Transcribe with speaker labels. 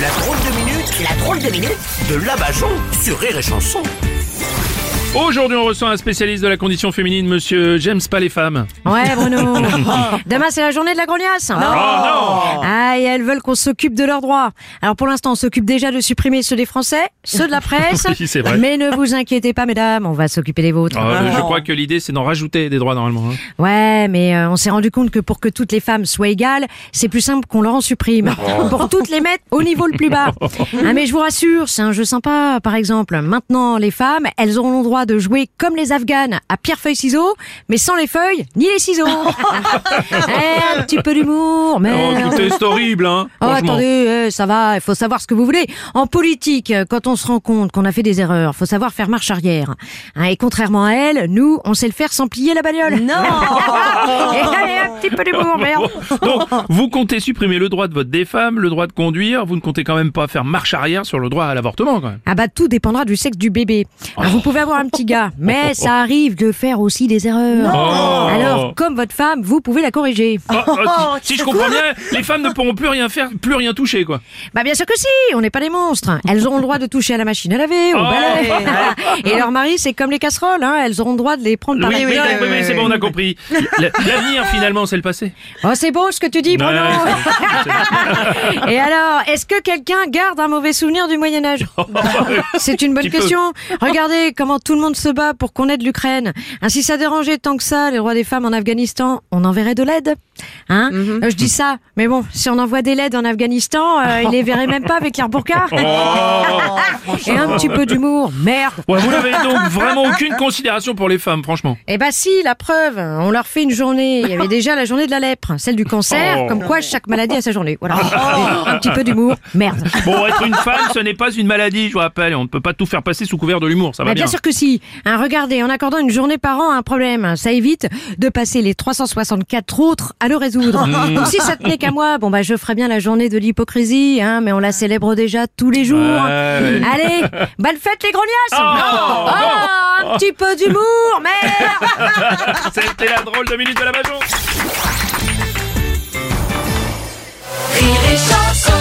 Speaker 1: La drôle de minute, la drôle de minute de Labajon sur Rire et Chanson.
Speaker 2: Aujourd'hui, on reçoit un spécialiste de la condition féminine, monsieur James Pas les femmes.
Speaker 3: Ouais, Bruno. Demain, c'est la journée de la grognasse.
Speaker 2: Oh
Speaker 3: Aïe, elles veulent qu'on s'occupe de leurs droits. Alors pour l'instant, on s'occupe déjà de supprimer ceux des Français, ceux de la presse.
Speaker 2: Oui, c'est vrai.
Speaker 3: Mais ne vous inquiétez pas, mesdames, on va s'occuper des vôtres.
Speaker 2: non Euh, Je crois que l'idée, c'est d'en rajouter des droits normalement. hein.
Speaker 3: Ouais, mais euh, on s'est rendu compte que pour que toutes les femmes soient égales, c'est plus simple qu'on leur en supprime. Pour toutes les mettre au niveau le plus bas. Ah, mais je vous rassure, c'est un jeu sympa, par exemple. Maintenant, les femmes, elles auront le droit de jouer comme les Afghanes à pierre-feuille-ciseaux, mais sans les feuilles ni les ciseaux. Eh, un petit peu d'humour, mais...
Speaker 2: Oh, écoutez, c'est horrible, hein.
Speaker 3: Oh,
Speaker 2: franchement.
Speaker 3: attendez, eh, ça va, il faut savoir ce que vous voulez. En politique, euh, quand on se rend compte qu'on a fait des erreurs, faut savoir faire marche arrière. Hein, et contrairement à elle, nous, on sait le faire sans plier la bagnole. Non Et allez, un petit peu d'humour, merde
Speaker 2: Donc, vous comptez supprimer le droit de vote des femmes, le droit de conduire. Vous ne comptez quand même pas faire marche arrière sur le droit à l'avortement, quand même.
Speaker 3: Ah bah tout dépendra du sexe du bébé. Alors, Vous pouvez avoir un petit gars, mais ça arrive de faire aussi des erreurs.
Speaker 2: Oh.
Speaker 3: Alors, comme votre femme, vous pouvez la corriger.
Speaker 2: Ah, ah, si si je comprends bien, les femmes ne pourront plus rien faire, plus rien toucher, quoi.
Speaker 3: Bah bien sûr que si, on n'est pas des monstres. Elles auront le droit de toucher à la machine à laver, au
Speaker 2: Oh.
Speaker 3: balai. Et leur mari, c'est comme les casseroles, hein, elles auront le droit de les prendre
Speaker 2: Oui,
Speaker 3: par la
Speaker 2: oui,
Speaker 3: tête.
Speaker 2: oui, oui, c'est bon, on a compris. L- L'avenir, finalement, c'est le passé.
Speaker 3: Oh, c'est beau ce que tu dis, Bruno.
Speaker 2: Ouais,
Speaker 3: Et alors, est-ce que quelqu'un garde un mauvais souvenir du Moyen Âge C'est une
Speaker 2: Oh,
Speaker 3: bonne
Speaker 2: Petit peu.
Speaker 3: question. Regardez comment tout le monde se bat pour qu'on aide l'Ukraine. Ainsi, si ça dérangeait tant que ça les rois des femmes en Afghanistan, on enverrait de l'aide. Hein Euh, Je dis ça, mais bon, si on envoie des laides en Afghanistan, euh, ils les verraient même pas avec leur burqa.
Speaker 2: Oh.
Speaker 3: Et un petit peu d'humour, merde.
Speaker 2: Ouais, vous n'avez donc vraiment aucune considération pour les femmes, franchement.
Speaker 3: Eh bah si, la preuve, on leur fait une journée. Il y avait déjà la journée de la lèpre, celle du cancer,
Speaker 2: Oh.
Speaker 3: comme quoi chaque maladie a sa journée. Voilà. Oh, Un petit peu d'humour, merde.
Speaker 2: Bon, être une femme, ce n'est pas une maladie, je vous rappelle. On ne peut pas tout faire passer sous couvert de l'humour, ça va
Speaker 3: Bah, bien
Speaker 2: bien.
Speaker 3: sûr que si. Hein, regardez, en accordant une journée par an à un problème, hein, ça évite de passer les 364 autres à le résoudre.
Speaker 2: Mm.
Speaker 3: Donc si ça tenait qu'à moi, bon bah je ferais bien la journée de l'hypocrisie, hein, mais on la célèbre déjà tous les jours.
Speaker 2: Ouais, ouais.
Speaker 3: Allez, bonne fête les grognasses
Speaker 2: Oh,
Speaker 3: Oh,
Speaker 2: non.
Speaker 3: Un petit peu d'humour, merde
Speaker 2: C'était la drôle de minute de la Bajon.
Speaker 4: Rire et chanson